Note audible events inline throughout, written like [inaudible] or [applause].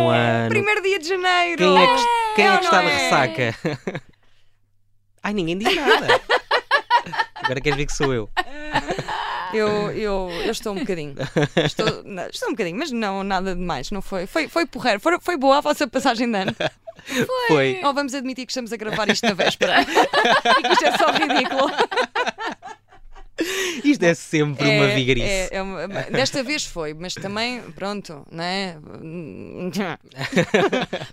Oh, Rio de Janeiro! Quem é que, quem é ou que não está de é? ressaca? [laughs] Ai, ninguém diz nada. Agora queres ver que sou eu. Eu, eu, eu estou um [laughs] bocadinho. Estou, não, estou um bocadinho, mas não, nada de mais. Não foi. Foi, foi porreiro. Foi, foi boa a vossa passagem de [laughs] ano. Foi. Ou vamos admitir que estamos a gravar isto na véspera. [laughs] e que isto é só ridículo. Isto é sempre uma vigarice. é- é uma- desta vez foi, mas também, pronto, né? [laughs]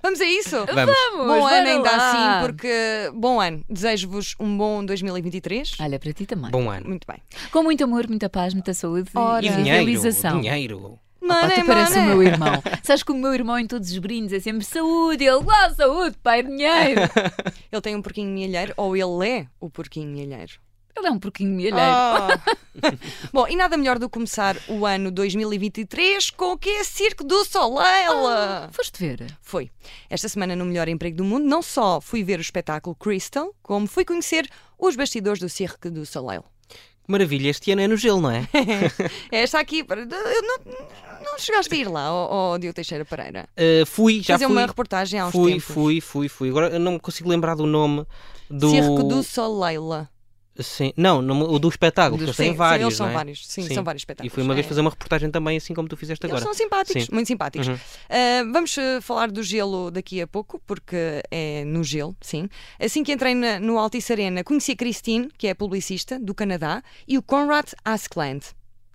Vamos a isso? Vamos. Vamos, bom bora ano ainda lá. assim, porque. Bom ano. Desejo-vos um bom 2023. É. Olha, para ti também. Bom ano. Muito bem. Com muito amor, muita paz, muita saúde Ora. e realização. Dinheiro, dinheiro. Pá, Money, tu pareces o money. meu irmão. [laughs] Sabes que o meu irmão em todos os brindes é sempre saúde, ele lá, saúde, pai, [laughs] dinheiro. Ele tem um porquinho milheiro ou ele é o porquinho milheiro? Ele é um porquinho milheiro. Oh. [laughs] Bom, e nada melhor do que começar o ano 2023 com o que é Circo do Soleil. Foste ver. Foi. Esta semana, no melhor emprego do mundo, não só fui ver o espetáculo Crystal, como fui conhecer os bastidores do Circo do Soleil. Que Maravilha, este ano é no gelo, [laughs] não é? Esta aqui, para- eu não, não chegaste a ir lá, ó ó, Diogo Teixeira Pereira. Uh, fui, já Fazer fui. uma reportagem há uns fui, tempos. fui, fui, fui. Agora eu não me consigo lembrar do nome do. Circo do Soleil. Sim, não, no- o do espetáculo, Dos- porque eles Sim, têm vários. sim, eles são não é? vários. Sim, Sim. são vários espetáculos. E fui uma vez É. fazer uma reportagem também, assim como tu fizeste agora. Eles são simpáticos, Sim. muito simpáticos. Uhum. Ah, vamos ah, falar do gelo daqui a pouco, porque é no gelo, sim. Assim que entrei na- no Altice Arena, conheci a Christine, que é publicista do Canadá, e o Conrad Askland,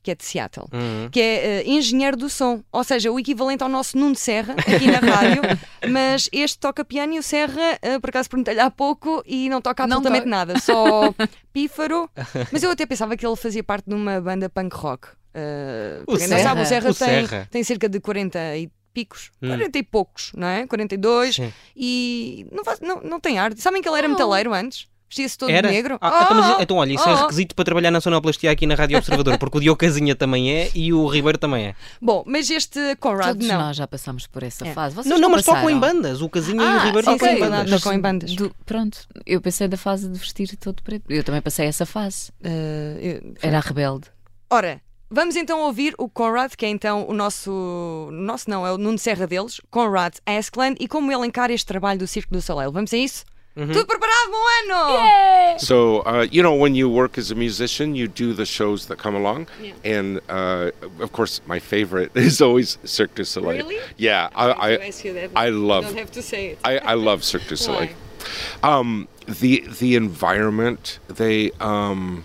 que é de Seattle. Uhum. Que é ah, engenheiro do som, ou seja, o equivalente ao nosso Nuno Serra aqui na [laughs] rádio, mas este toca piano e o Serra, ah, por acaso perguntei-lhe há pouco e não toca Não absolutamente to- nada, [laughs] só pífaro. Mas eu até pensava que ele fazia parte de uma banda punk rock. ah, O quem não sabe, o Serra, Serra. O tem, Serra. tem cerca de 40 e picos, Hum. 40 e poucos, não é? 42 Sim. e não, faz, não, não tem arte. Sabem que ele era Oh. metaleiro antes? Vestia-se todo Era? de negro? Ah, então, mas- Oh! então, olha, isso é Oh! requisito para trabalhar na sonoplastia aqui na Rádio Observador, porque o Diogo Casinha também é e o Ribeiro também é. Bom, mas este Conrad Todos não. nós já passámos por essa É. fase. Vocês não, não, mas passaram? tocam em bandas. O Casinha e Ah, o Ribeiro sim, tocam sim, em bandas. nada. Tocam em bandas. do- pronto, eu pensei da fase de vestir todo preto. Eu também passei essa fase. Eh, eu- Era a rebelde. Ora, vamos então ouvir o Conrad, que é então o nosso. Nosso não, é o Nuno Serra deles, Conrad Askland, e como ele encara este trabalho do Circo do Soleil. Vamos a isso? Uhum. Tudo preparado? Bom ano! So uh, you know, when you work as a musician, you do the shows that come along, and uh, of course, my favorite [laughs] is always Cirque du Soleil. Really? Yeah, I I, I love to say it. I, I love Cirque du Soleil. Um, the the environment they um,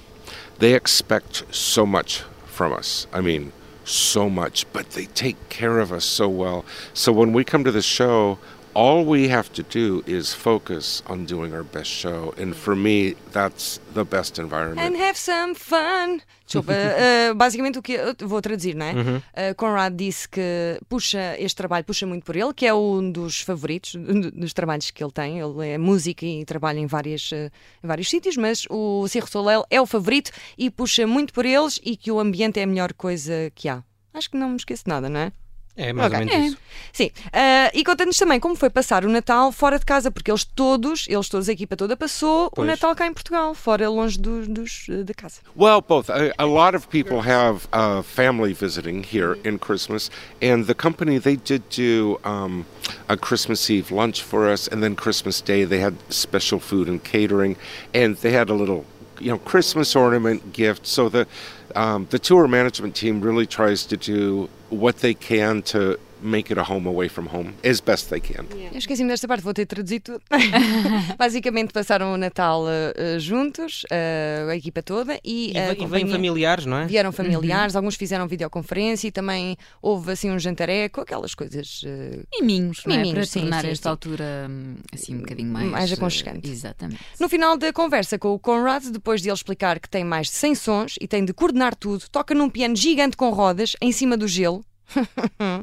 they expect so much from us. I mean, so much, but they take care of us so well. So when we come to the show, all we have to do is focus on doing our best show, and for me, that's the best environment. And have some fun. Desculpa, eh, basicamente o que eu vou traduzir, não é? Eh, Conrad disse que puxa este trabalho, puxa muito por ele, que é um dos favoritos um dos trabalhos que ele tem. Ele é músico e trabalha em, várias, eh, em vários sítios, mas o Cirro Soleil é o favorito e puxa muito por eles e que o ambiente é a melhor coisa que há. Acho que não me esqueço de nada, não é? É mais Ok. ou menos isso. Sim, Ah, e conta-nos também como foi passar o Natal fora de casa, porque eles todos, eles todos, a equipa toda passou o Pois. Natal cá em Portugal, fora longe dos, dos, eh, de casa. Well, both. A, a lot of people have uh, family visiting here Mm-hmm. in Christmas, and the company they did do um, a Christmas Eve lunch for us, and then Christmas Day they had special food and catering, and they had a little, you know, Christmas ornament gift. So the um, the tour management team really tries to do what they can to make it a home away from home as best they can. Eu esqueci-me desta parte, vou ter traduzido tudo. [laughs] Basicamente passaram o Natal eh, eh, juntos, eh, a equipa toda, e, E, a vem- e vêm companhia- familiares, não é? Vieram familiares, alguns fizeram videoconferência e também houve assim um jantareco, aquelas coisas. eh, Miminhos, não é? Miminhos, Para sim, tornar sim, esta sim. altura hum, assim um bocadinho mais, Mais eh, aconchegante. [laughs] Exatamente. No final da conversa com o Conrad, depois de ele explicar que tem mais de 100 sons e tem de coordenar tudo, toca num piano gigante com rodas em cima do gelo, [laughs]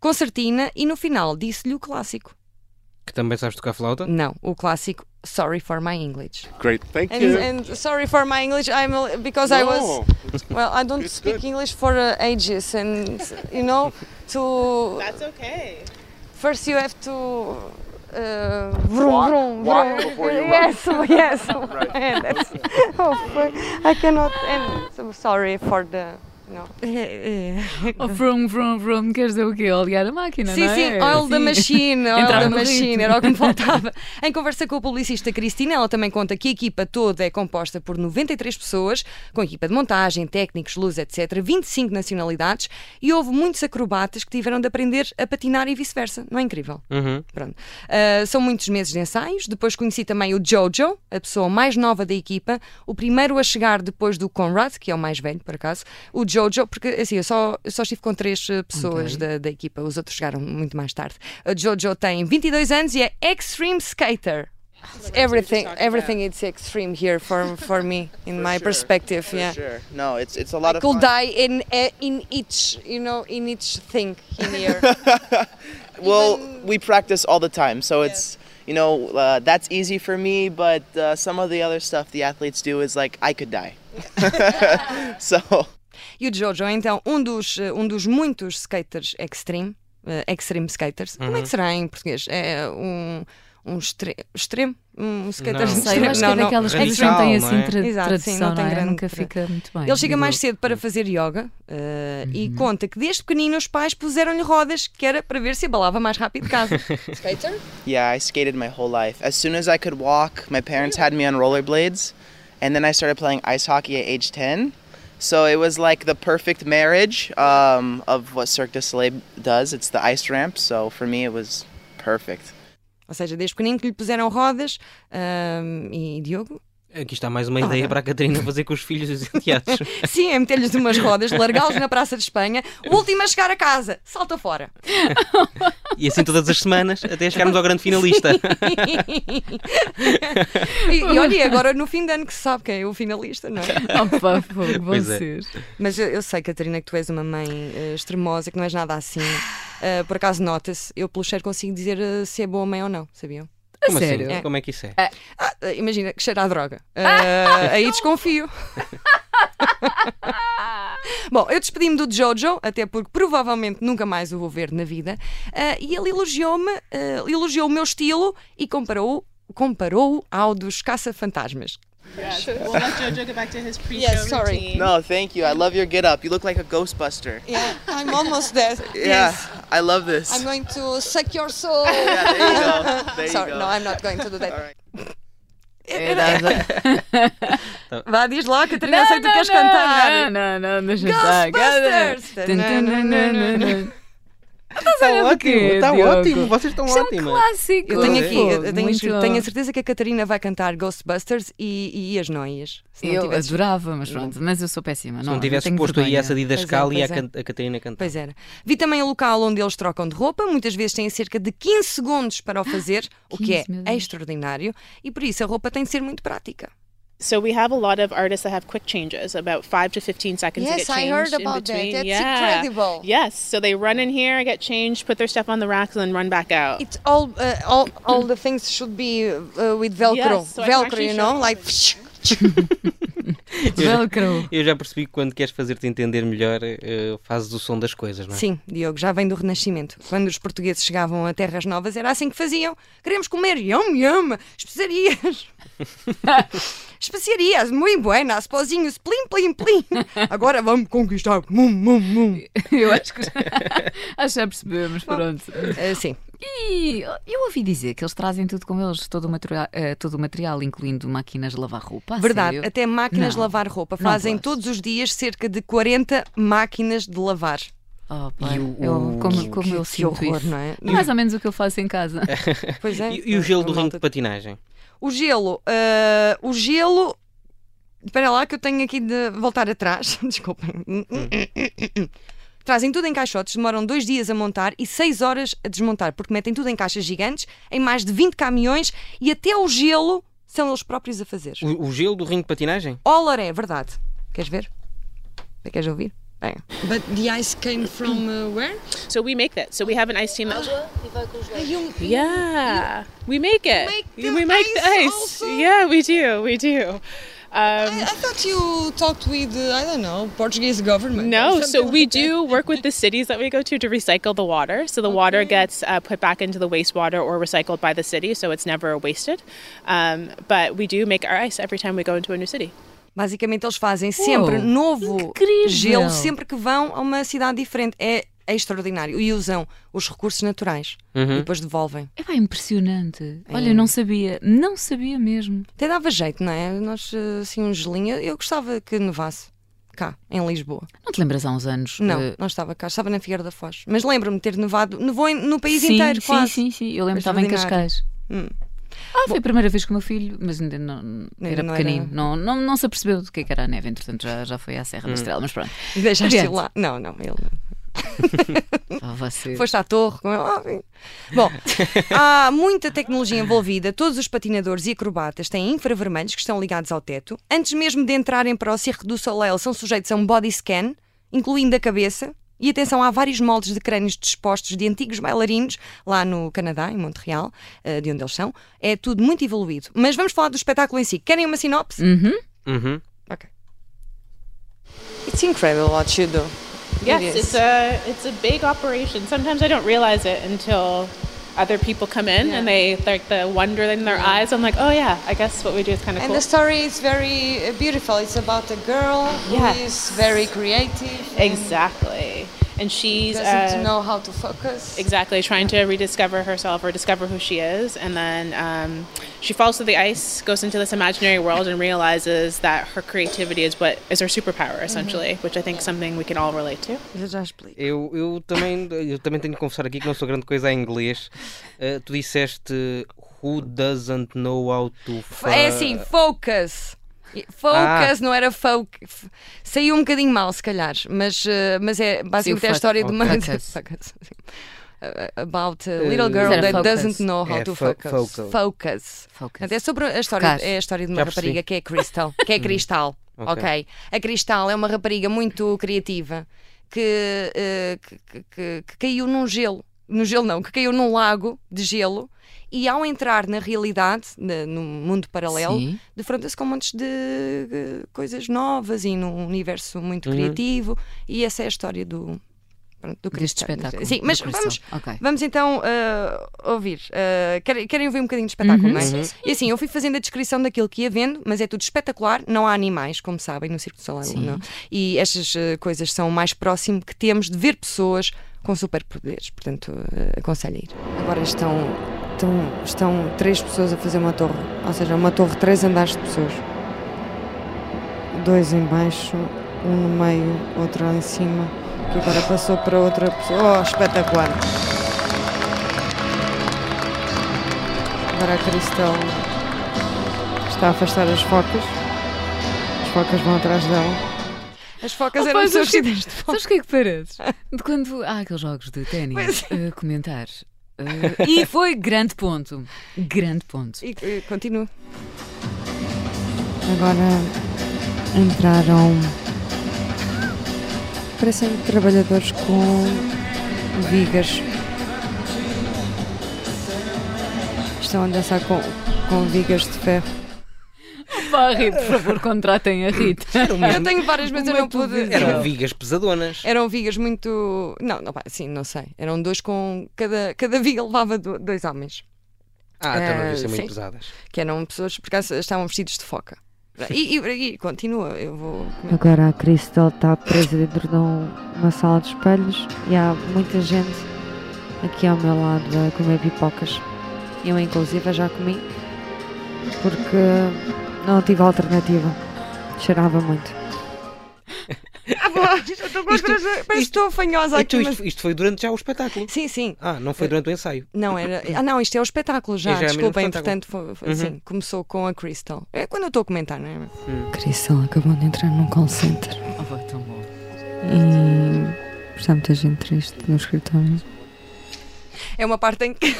concertina e no final disse-lhe o clássico. Que também sabes tocar flauta. Não, o clássico Sorry for my English. Great, thank And, you. and sorry for my English, I'm a- because I was No. well, I don't It's speak good. English for uh, ages, and you know, to That's okay. first you have to. Uh, vroom, Walk- vroom, walk vroom. [laughs] before you run. yes, [laughs] [laughs] yes. Yeah, that's- oh, fuck, I cannot. And so sorry for the Não. É, é. O vroom, vroom, vroom, quer dizer o quê? Ou ligar a máquina, Sim, não é? sim, oil da [laughs] machine, oil Entrar da no ritmo. machine, [laughs] era o que me faltava. em conversa com a publicista Cristina, ela também conta que a equipa toda é composta por 93 pessoas, com equipa de montagem, técnicos, luz, etc., 25 nacionalidades, e houve muitos acrobatas que tiveram de aprender a patinar e vice-versa. Não é incrível? Uhum. Pronto. Ah, são muitos meses de ensaios. Depois conheci também o Jojo, a pessoa mais nova da equipa, o primeiro a chegar depois do Conrad, que é o mais velho, por acaso. O Jojo, porque assim, eu só, eu só estive com três eh, pessoas da, da equipa, os outros chegaram muito mais tarde. A Jojo tem 22 anos e é extreme skater. Everything, everything is extreme here for, for me, in my perspective. yeah. Sure. No, it's it's a lot of Could fun. die in, eh, in each, you know, in each thing in here. Well, we practice all the time, so it's you know uh, that's easy for me. But uh, some of the other stuff the athletes do is like I could die. [laughs] so E o Jojo é então um dos, eh, um dos muitos skaters extreme, eh, extreme skaters. Como é que será em português? É um, um extre- extremo? Um skater Não. Sei, extremo? mas que é daquelas coisas que não Radical, têm assim não é? tra- Exato, tradução, sim, não tem é? grande Nunca tra- fica muito bem. Ele chega Digo- mais cedo para fazer yoga eh, e conta que desde pequenino os pais puseram-lhe rodas que era para ver se abalava mais rápido de casa. Skater? yeah, I skated my whole life. As soon as I could walk, my parents had me on rollerblades, and then I started playing ice hockey at age ten. So it was like the perfect marriage um, of what Cirque du Soleil does. It's the ice ramp. So for me, it was perfect. Ou seja, desde pequenino que lhe puseram rodas ahm, e Diogo. Aqui está mais uma ideia para a Catarina fazer com os filhos e os enteados. Sim, é meter-lhes umas rodas, largá-los na Praça de Espanha, o último a chegar a casa, salta fora. E assim todas as semanas, até chegarmos ao grande finalista. E, e olha, e agora no fim de ano que se sabe quem é o finalista, não é? [laughs] Opa, fogo, Pois é. vocês. Mas eu, eu sei, Catarina, que tu és uma mãe eh, extremosa, que não és nada assim. Eh, por acaso nota-se, eu pelo cheiro consigo dizer eh, se é boa mãe ou não, sabiam? A Como sério? assim? Como é que isso é? Ah, eh, imagina, que cheira a droga. Eh, aí desconfio. [laughs] Bom, eu despedi-me do Jojo, até porque provavelmente nunca mais o vou ver na vida. eh, e ele elogiou-me, eh, elogiou o meu estilo e comparou-o comparou ao dos caça-fantasmas. We'll let JoJo get back to his pre-show Yes, sorry. routine. No, thank you. I love your getup. You look like a Ghostbuster. Yeah, I'm almost there. Yeah, I love this. going to suck your soul. [laughs] yeah, there you go. There Sorry, you go. no, I'm not going to do that. É, Alright. [laughs] Vá, diz lá, Catarina, sei que tu queres cantar. Não, não, não, deixa estar. Ghostbusters! Tá Estás a olhar para quê, tá Diogo? vocês estão Isto é um clássico. Eu tenho aqui, eu Fogo, tenho, muito tenho bom. a certeza que a Catarina vai cantar Ghostbusters e, e as noias. Se não Eu tivesses- adorava, mas pronto, mas eu sou péssima. Se não tivesse tenho posto aí vergonha. essa didascal Pois é, e a, pois é. Can- a Catarina cantar. Pois era. Vi também o local onde eles trocam de roupa, muitas vezes têm cerca de 15 segundos para o fazer, o que 15, Ah, meu é Deus. extraordinário, e por isso a roupa tem de ser muito prática. So we have a lot of artists that have quick changes, about five to fifteen seconds. to Yes, I get changed heard in about that. between. That's yeah. incredible. Yes, so they run in here, get changed, put their stuff on the racks, and then run back out. It's all, uh, all, all the things should be uh, with Velcro. Yes, so I can Velcro, actually you show know? you Like, Velcro. Eu já percebi que quando queres fazer-te entender melhor, eh, fazes o som das coisas, não é? Sim, Diogo, já vem do Renascimento. Quando os portugueses chegavam a terras novas, era assim que faziam. Queremos comer yum yum, especiarias. especiarias, muito buenas, pozinhos, plim plim plim. Agora vamos conquistar. Mum, mum, mum. [laughs] Eu acho que [laughs] acho que já percebemos, pronto. Ah, sim. E eu ouvi dizer que eles trazem tudo com eles, todo o material, eh, todo o material incluindo máquinas de lavar roupa. a [laughs] Verdade, sério? até máquinas de Não. lavar roupa. Não Fazem posso. todos os dias cerca de 40 máquinas de lavar. Oh, pá, E o- eu, como, que- como eu que sinto horror, isso. não é? É mais ou menos o que eu faço em casa. Pois é. E, e o gelo do Malta- ringue de patinagem? O gelo, ah, o gelo. Espera lá que eu tenho aqui de voltar atrás. [laughs] Hum, Desculpem. hum, Trazem tudo em caixotes, demoram dois dias a montar e seis horas a desmontar, porque metem tudo em caixas gigantes, em mais de 20 caminhões e até o gelo são eles próprios a fazer. O, o gelo do ringue de patinagem? Olaré, verdade. Queres ver? Queres ouvir? But the ice came from eh, where? So we make that. So we have an ice [gasps] team. That, yeah, we make it. make the we make the ice ice. also? Yeah, we do. We do. Um, thought you talked with, I don't know, Portuguese government. No, so we do work with the cities that we go to to recycle the water. So the water gets uh, put back into the wastewater or recycled by the city, so it's never wasted. Um, but we do make our ice every time we go into a new city. Basicamente, eles fazem sempre novo Oh, incrível. gelo sempre que vão a uma cidade diferente. É, é extraordinário. E usam os recursos naturais e depois devolvem. É bem impressionante. É. Olha, eu não sabia, não sabia mesmo. Até dava jeito, não é? Nós, eh, assim, um gelinho. Eu gostava que nevasse cá, em Lisboa. Não te lembras há uns anos? Não, eh, não estava cá, estava na Figueira da Foz. Mas lembro-me de ter nevado, nevou em- no país sim, inteiro, sim, quase. Hum. Sim, sim, eu lembro que estava em Extraordinário. Cascais. Ah, foi a primeira vez com o meu filho, mas ainda não, era não pequenino. era- Não, não, não se apercebeu do que é que era a neve, entretanto já, já foi à Hum. Serra da Estrela, mas pronto. Deixaste Adiante. lá. Não, não, ele não. Ah, você. Hum. Foste à torre com ele. Ah, sim. Bom, há muita tecnologia envolvida. Todos os patinadores e acrobatas têm infravermelhos que estão ligados ao teto. Antes mesmo de entrarem para o Cirque do Soleil, são sujeitos a um body scan, incluindo a cabeça. E atenção, há vários moldes de crânios dispostos de antigos bailarinos lá no Canadá, em Montreal, eh, de onde eles são. É tudo muito evoluído. Mas vamos falar do espetáculo em si. Querem uma sinopse? Uhum. Okay. It's incredible what you do. Yes, It is. it's a it's a big operation. Sometimes I don't realize it until other people come in and they like the wonder in their eyes. I'm like, oh yeah, I guess what we do is kind of And cool. the story is very uh, beautiful. It's about a girl Yes. who is very creative, exactly, and she's doesn't uh, know how to focus. exactly trying to rediscover herself or discover who she is, and then um, she falls through the ice, goes into this imaginary world, and realizes that her creativity is what is her superpower essentially, which I think is something we can all relate to. Eu já explico. Eu, eu, também, eu também tenho de confessar aqui que não sou grande coisa em inglês. Eh, tu disseste Who doesn't know how to fuck? É assim, focus. Ah. Focus, não era folk. f- Saiu um bocadinho mal, se calhar, mas, uh, mas é basicamente Sim, é a fuck- história de uma. focus. [laughs] Eh, Focus. Uh, About a little girl Mas era that focus. doesn't know how É, to fo- focus. focal. Focus. Focus. Portanto, É sobre a história, Focar. é a história de uma Já percebi. rapariga que é Crystal. Que é Cristal, ok? A Cristal é uma rapariga muito criativa que, eh, que- que- que- que caiu num gelo. No gelo não, que caiu num lago de gelo e ao entrar na realidade, na- num mundo paralelo, Sim. defronta-se com montes de eh, coisas novas e num universo muito criativo e essa é a história do... pronto, do Deste Cristal. espetáculo, Sim, do mas Cristal. vamos, Ok. Vamos então ah, ouvir. Ah, querem, querem ouvir um bocadinho de espetáculo, não é? E assim, eu fui fazendo a descrição daquilo que ia vendo, mas é tudo espetacular. Não há animais, como sabem, no Circo do Soleil. não? é? E estas ah, coisas são o mais próximo que temos de ver pessoas com superpoderes. Portanto, ah, aconselho a ir. Agora estão, estão, estão três pessoas a fazer uma torre. Ou seja, uma torre, três andares de pessoas. Dois em baixo, um no meio, outro lá em cima. Que agora passou para outra pessoa. Oh, espetacular! Agora a Cristal está a afastar as focas. As focas vão atrás dela. As focas Oh, eram pá, pessoas mas vestidas de focas. Sabes o que é [laughs] que pareces? De quando há aqueles jogos de ténis, eh, comentares. Eh, e foi grande ponto. Grande ponto. E, e continua. Agora entraram. Parecem trabalhadores com vigas. Estão a dançar com, com vigas de ferro. Pá, Rita, por favor, contratem [laughs] a Rita. Eu tenho várias, mas eu não pude. Eram vigas pesadonas. Eram vigas muito. Não, não, pá, sim, não sei. Eram dois com. Cada, cada viga levava do- dois homens, Ah, então não Eh, deviam ser sim. muito pesadas. que eram pessoas, por acaso estavam vestidos de foca. E, e- e continua, eu vou. Agora a Crystal está presa dentro de um- uma sala de espelhos e há muita gente aqui ao meu lado a comer pipocas. Eu, inclusive, já comi porque não tive alternativa. Cheirava muito. Isto, estou fanhosa Então, aqui. isto, isto foi durante já o espetáculo. Sim, sim. Ah, não foi durante o ensaio. Não, [laughs] era. Ah, não, isto é o espetáculo já. É, já é mesmo Desculpem, espetáculo. Uhum. portanto, foi- foi- sim, começou com a Crystal. É quando eu estou a comentar, não é? Crystal acabou de entrar num call center Ah, pá, tão bom. e está muita gente triste no escritório. É uma parte em que.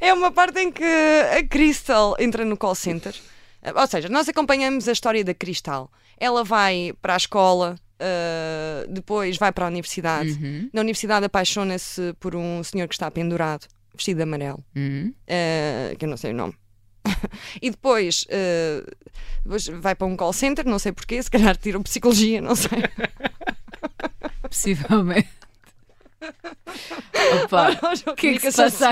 é uma parte em que a Crystal entra no call center. Ou seja, nós acompanhamos a história da Crystal. Ela vai para a escola, ah, depois vai para a universidade. Na universidade apaixona-se por um senhor que está pendurado, vestido de amarelo. Hum. eh, que eu não sei o nome. [laughs] e depois, eh, depois vai para um call center, não sei porquê, se calhar tirou psicologia, não sei. É, Possivelmente. Opa. [laughs] O que é que se passa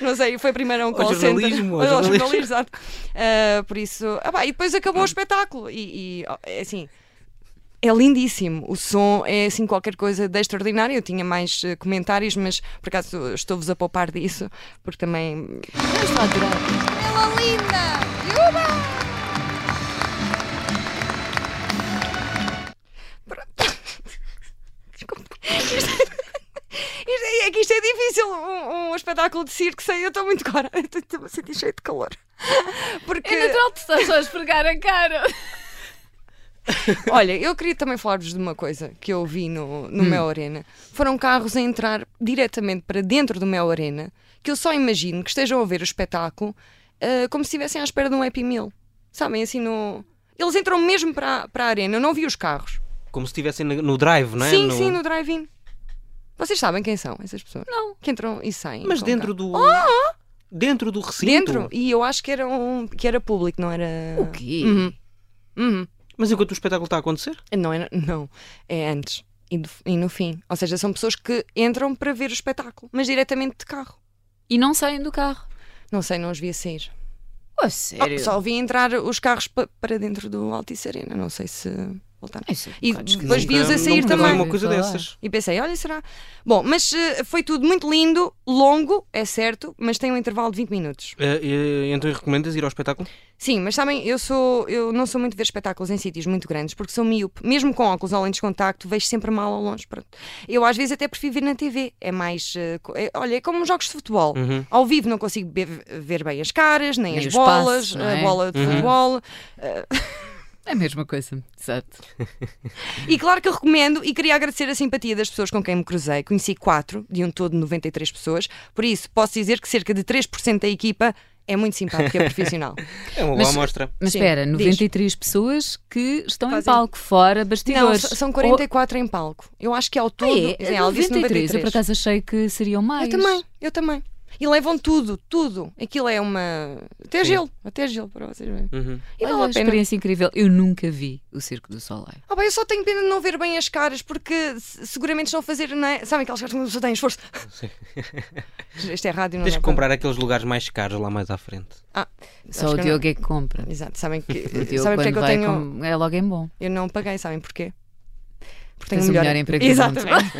Não sei, foi primeiro a um Ao call center. jornalismo, ao Ao jornalismo. jornalismo, exato. Ah, por isso, ah, pá, e depois acabou o espetáculo. E, e, ó, é assim, é lindíssimo. O som é assim qualquer coisa de extraordinário. Eu tinha mais eh, comentários, mas por acaso estou-vos a poupar disso, porque também. Estou a adorar. Desculpa. Isto isto é, é que isto é difícil, um, um espetáculo de circo sem. Eu estou muito cora. [laughs] Eu estou- Estou-me a sentir cheio de calor. Porque... É natural que tu estás só a esfregar a cara. Olha, eu queria também falar-vos de uma coisa que eu vi no, no Hum. Mel Arena. Foram carros a entrar diretamente para dentro do Mel Arena, que eu só imagino que estejam a ver o espetáculo ah, como se estivessem à espera de um Happy Meal. Sabem, assim no... Eles entram mesmo para, para a arena, eu não vi os carros. Como se estivessem no no drive, não é? sim, No- sim, no drive-in. Vocês sabem quem são essas pessoas? Não. Que entram e saem. Mas com dentro carro. do. Dentro do recinto. Oh, Dentro? E eu acho que era, um, que era público, não era... O quê? Uhum. Uhum. Mas enquanto o espetáculo está a acontecer? Não, é, não, é antes e, do- e no fim. Ou seja, são pessoas que entram para ver o espetáculo, mas diretamente de carro. E não saem do carro. Não sei, não os vi a sair. Oh, Oh, sério? só vi entrar os carros pa- para dentro do Altice Arena. Não sei se voltaram. Isso é um E bocado esquisito. depois vi-os a sair nunca vi também. uma coisa Falar. dessas. E pensei, olha, será? Bom, mas eh, foi tudo muito lindo, longo, é certo, mas tem um intervalo de 20 minutos. Eh, eh, então recomendas ir ao espetáculo? Sim, mas sabem, eu sou eu não sou muito de ver espetáculos em sítios muito grandes porque sou miúpe. Mesmo com óculos ou lentes de contacto, vejo sempre mal ao longe. pronto. Eu às vezes até prefiro ver na TV. É mais. eh, co- é- olha, é como jogos de futebol. Ao vivo não consigo be- ver bem as caras, nem, Nem as os bolas, passos, não é? a bola de futebol. É a mesma coisa, exato. E claro que eu recomendo e queria agradecer a simpatia das pessoas com quem me cruzei. Conheci quatro, de um todo 93 pessoas. Por isso, posso dizer que cerca de 3% da equipa é muito simpática e profissional. É uma boa Mas- amostra. Mas Sim, espera, diz. 93 pessoas que estão em Fazem- palco, fora, Não, bastidores. s- são 44 em palco. Eu acho que ao Ou... todo. né, Ah, é? Sim, ela disse 93. Eu por acaso Ah, achei que seriam mais. Eu também, eu também. E levam tudo, tudo. Aquilo é uma. Até gelo, até gelo para vocês verem. Uhum. E Olha, vale a pena. experiência incrível. Eu nunca vi o Circo do Sol live. Ah, bem, eu só tenho pena de não ver bem as caras, porque se- seguramente estão a fazer. Não é? Sabem aquelas caras que não têm esforço. Isto é rádio, não Tens dá que para- comprar aqueles lugares mais caros lá mais à frente. Ah, Só acho o que eu Diogo é que compra. não- Exato, sabem que. [laughs] O Diogo sabem porque é quando que eu vai tenho. com- é logo em bom. Eu não paguei, sabem porquê? Porque [laughs] é Tens o melhor emprego do mundo. Exatamente.